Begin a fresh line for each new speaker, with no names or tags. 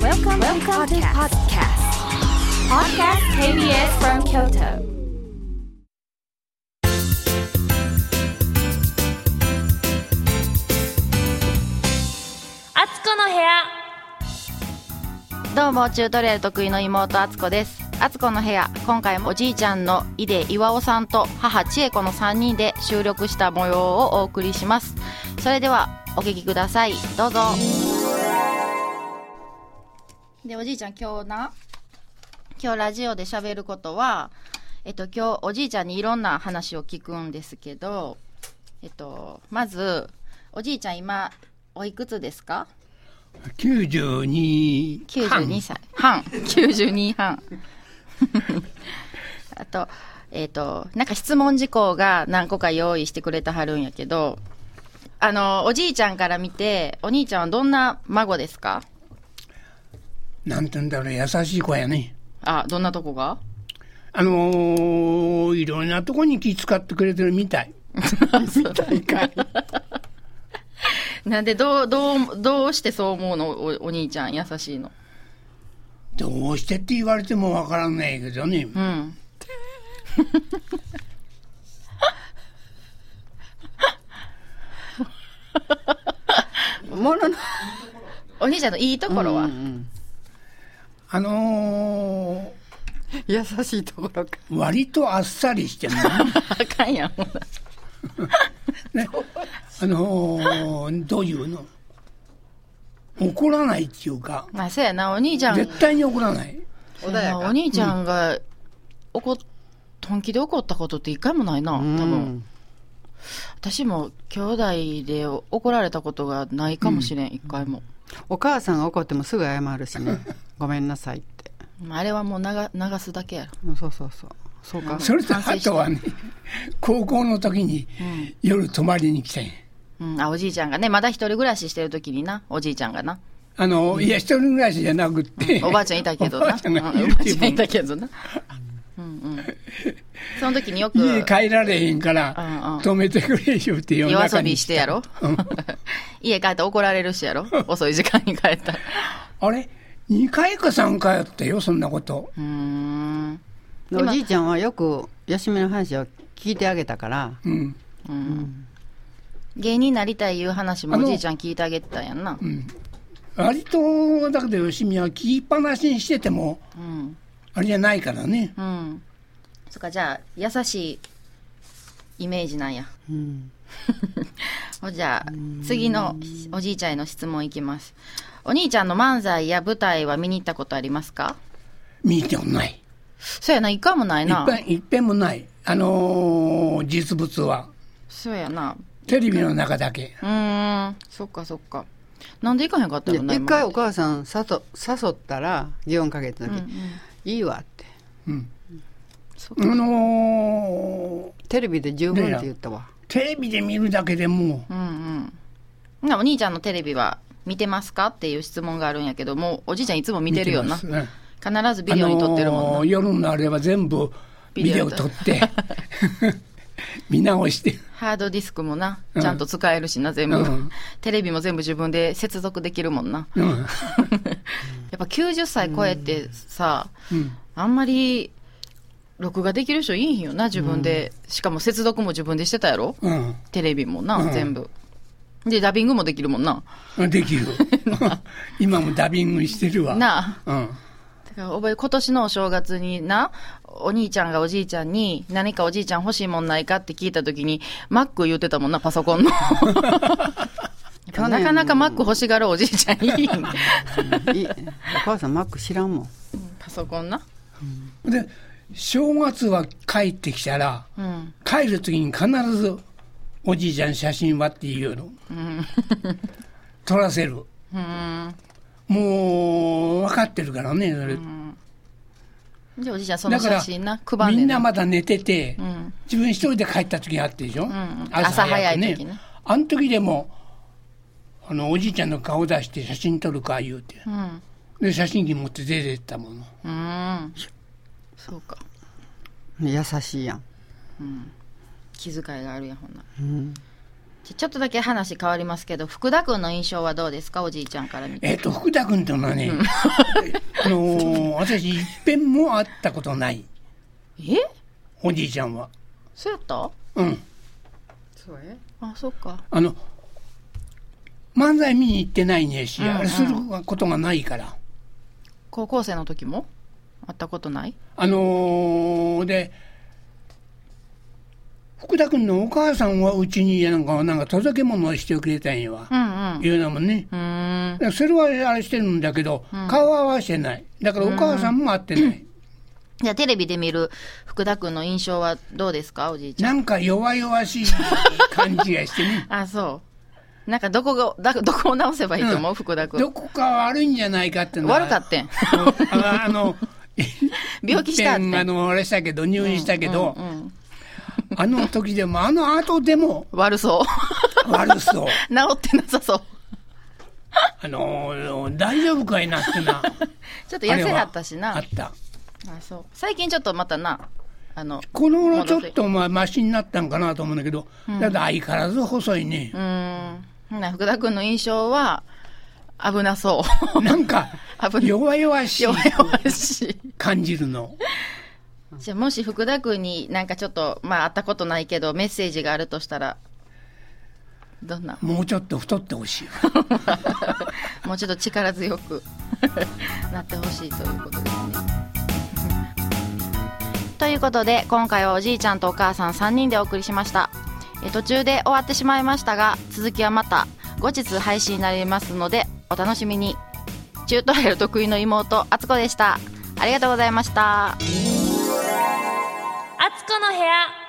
Welcome, Welcome to podcast. Podcast KBS from Kyoto.
あつこの部屋
どうも中トレイル得意の妹あつこですあつこの部屋今回もおじいちゃんの井出岩尾さんと母千恵子の3人で収録した模様をお送りしますそれではお聞きくださいどうぞでおじいちゃん今日な今日ラジオで喋ることはえっと今日おじいちゃんにいろんな話を聞くんですけどえっとまずおじいちゃん今おいくつですか
九十二
92歳半92半 あとえっ、となんか質問事項が何個か用意してくれたはるんやけどあのおじいちゃんから見てお兄ちゃんはどんな孫ですか
なんて言うんだろう優しい子やね
あどんなとこが
あのー、いろんなとこに気使ってくれてるみたいみたいかい
なんでどうどうどうしてそう思うのおお兄ちゃん優しいの
どうしてって言われてもわからないけどね、
うん
ものの
お兄ちゃんのいいところは、
あの
優しいところか。
ー、割とあっさ りしてるね
あかんやんほんなら
ねあのー、どういうの怒らないっていうか
まあそうやなお兄ちゃん
絶対に怒らない
穏やか
お兄ちゃんが怒っ本気で怒ったことって一回もないな多
多
分
分。
私も兄弟で怒られたことがないかもしれん一回も、
お母さんが怒ってもすぐ謝るし ね。ごめんなさいって。
まああれはもう流流すだけやろ
うんそうそうそう。そうか。
それとあとはね高校の時に夜泊まりに来たんや
うん、あおじいちゃんがねまだ一人暮らししてる時になおじいちゃんがな
あの、いや、一人暮らしじゃなくって、
おばあちゃんいたけど
おば
な
あちゃんが
う
い
んお
る
ば
っ
あ
ていう
ちゃんいた
分
けどなうんうんその時によく
家帰られへんから、
うんうん
止めてくれよって夜
夜
中
遊
に
びしてやろ 家帰って怒られるしやろ遅い時間に帰ったら
あれ ?2 回か3回やったよ、そんなこと。
うーん
おじいちゃんはよく、よしみの話を聞いてあげたから、
うん。
芸人になりたいいう話も
あ
お
の
じいちゃん聞いてあげてたんやんな
割と、だけど、よしみは聞きっぱなしにしてても、
うん
あれじゃないからね。
うんそっかじゃあ優しいイメージなんや
うん。
ほ じゃあ次のおじいちゃんへの質問いきますお兄ちゃんの漫才や舞台は見に行ったことありますか
見てもない。
そうやな一回もない
いっ
な
ぺん、いっぺんもない。あのー実物は。
そうやな
テレビの中だけ。
うーんそっかそっかなんで行かへんかった
で
のな
一回お母さん誘誘ったら、祇園かけた時、いいわって。
うん。
そっ
あの
テレビで十分って言ったわ。
ーテレビで見るだけでもう、
うんうんほなお兄ちゃんのテレビは見てますかっていう質問があるんやけどもうおじいちゃんいつも見てるよな
見てますね
必ずビデオに撮ってるもんな、
あのー夜のあれは全部ビデオ撮って、 見直して、
ハードディスクもな
うん
ちゃんと使えるしな、全部、
うん
テレビも全部自分で接続できるもんな
うん
やっぱ90歳超えてさ、
うん
あんまり録画できる人いいんよな自分で、しかも接続も自分でしてたやろ
う
テレビもな、
うん、
全部でダビングもできるもんなん
できる。今もダビングしてるわ。
なあ
う
だ
ん、
から覚え今年のお正月になお兄ちゃんがおじいちゃんに何かおじいちゃん欲しいもんないかって聞いた時にマック言ってたもんなパソコンの
去年
なかなかマック欲しがるおじいちゃんいいん
いいお母さんマック知らんもん。
パソコンな
で、正月は帰ってきたら、
うん
帰る時に必ず、おじいちゃん写真はっていうの。撮らせる。
うん
もう、分かってるからね、それ。
じゃあおじいちゃんその
だから
写真な配んね
みん
な
なまだ寝てて、
ん
自分一人で帰った時があってでしょ、
ん朝早い時ね
あの時でもあのおじいちゃんの顔出して写真撮るか言うて、
うん
で写真機持って出てったもの
うんそうか
優しいやん。
気遣いがあるやんほんなら
うん。
じゃちょっとだけ話変わりますけど福田君の印象はどうですかおじいちゃんから見て
え っと、福田君というのはね、あのー私、一遍も会ったことない、
え
おじいちゃんは。
そうやった
うん。
そうや
あそっか
あの、漫才見に行ってないねし、
うんうん
あれすることがないから。
高校生の時も会ったことない
あのーで、福田君のお母さんはうちになんか、なんか届け物をしてくれたんやわ
う。んうん
いうのもね。
うーん
それはあれしてるんだけど、顔は合わせてない。だからお母さんも会ってない。
じゃあテレビで見る福田君の印象はどうですかおじいちゃん。
なんか弱々しい感じがしてね
あそうなんかどこがだどこを直せばいいと思う、
うん
福田君
どこか悪いんじゃないかってのは
悪かったん
ああの、
病気したって
一遍あの、あれしたけど、入院したけど、
うんうん
あの時でも、あの後でも
悪そう
悪そう。
治ってなさそう
あの、大丈夫かいなってな。
ちょっと 痩せだったしな
あれはあった。
あそう最近ちょっとまたなあの
この頃ちょっとまあマシになったんかなと思うんだけど、だって相変わらず細いね
う。ーんほな福田君の印象は危なそう
なんか
危ない
弱々しい
弱々しい
感じるの。
じゃあもし福田君になんかちょっとまあ会ったことないけどメッセージがあるとしたらどんな
もうちょっと太ってほしいわ。
もうちょっと力強く なってほしいということですね。ということで今回はおじいちゃんとお母さん3人でお送りしましたえ途中で終わってしまいましたが続きはまた後日配信になりますのでお楽しみに中トライアル得意の妹あつこでしたありがとうございました
あつこの部屋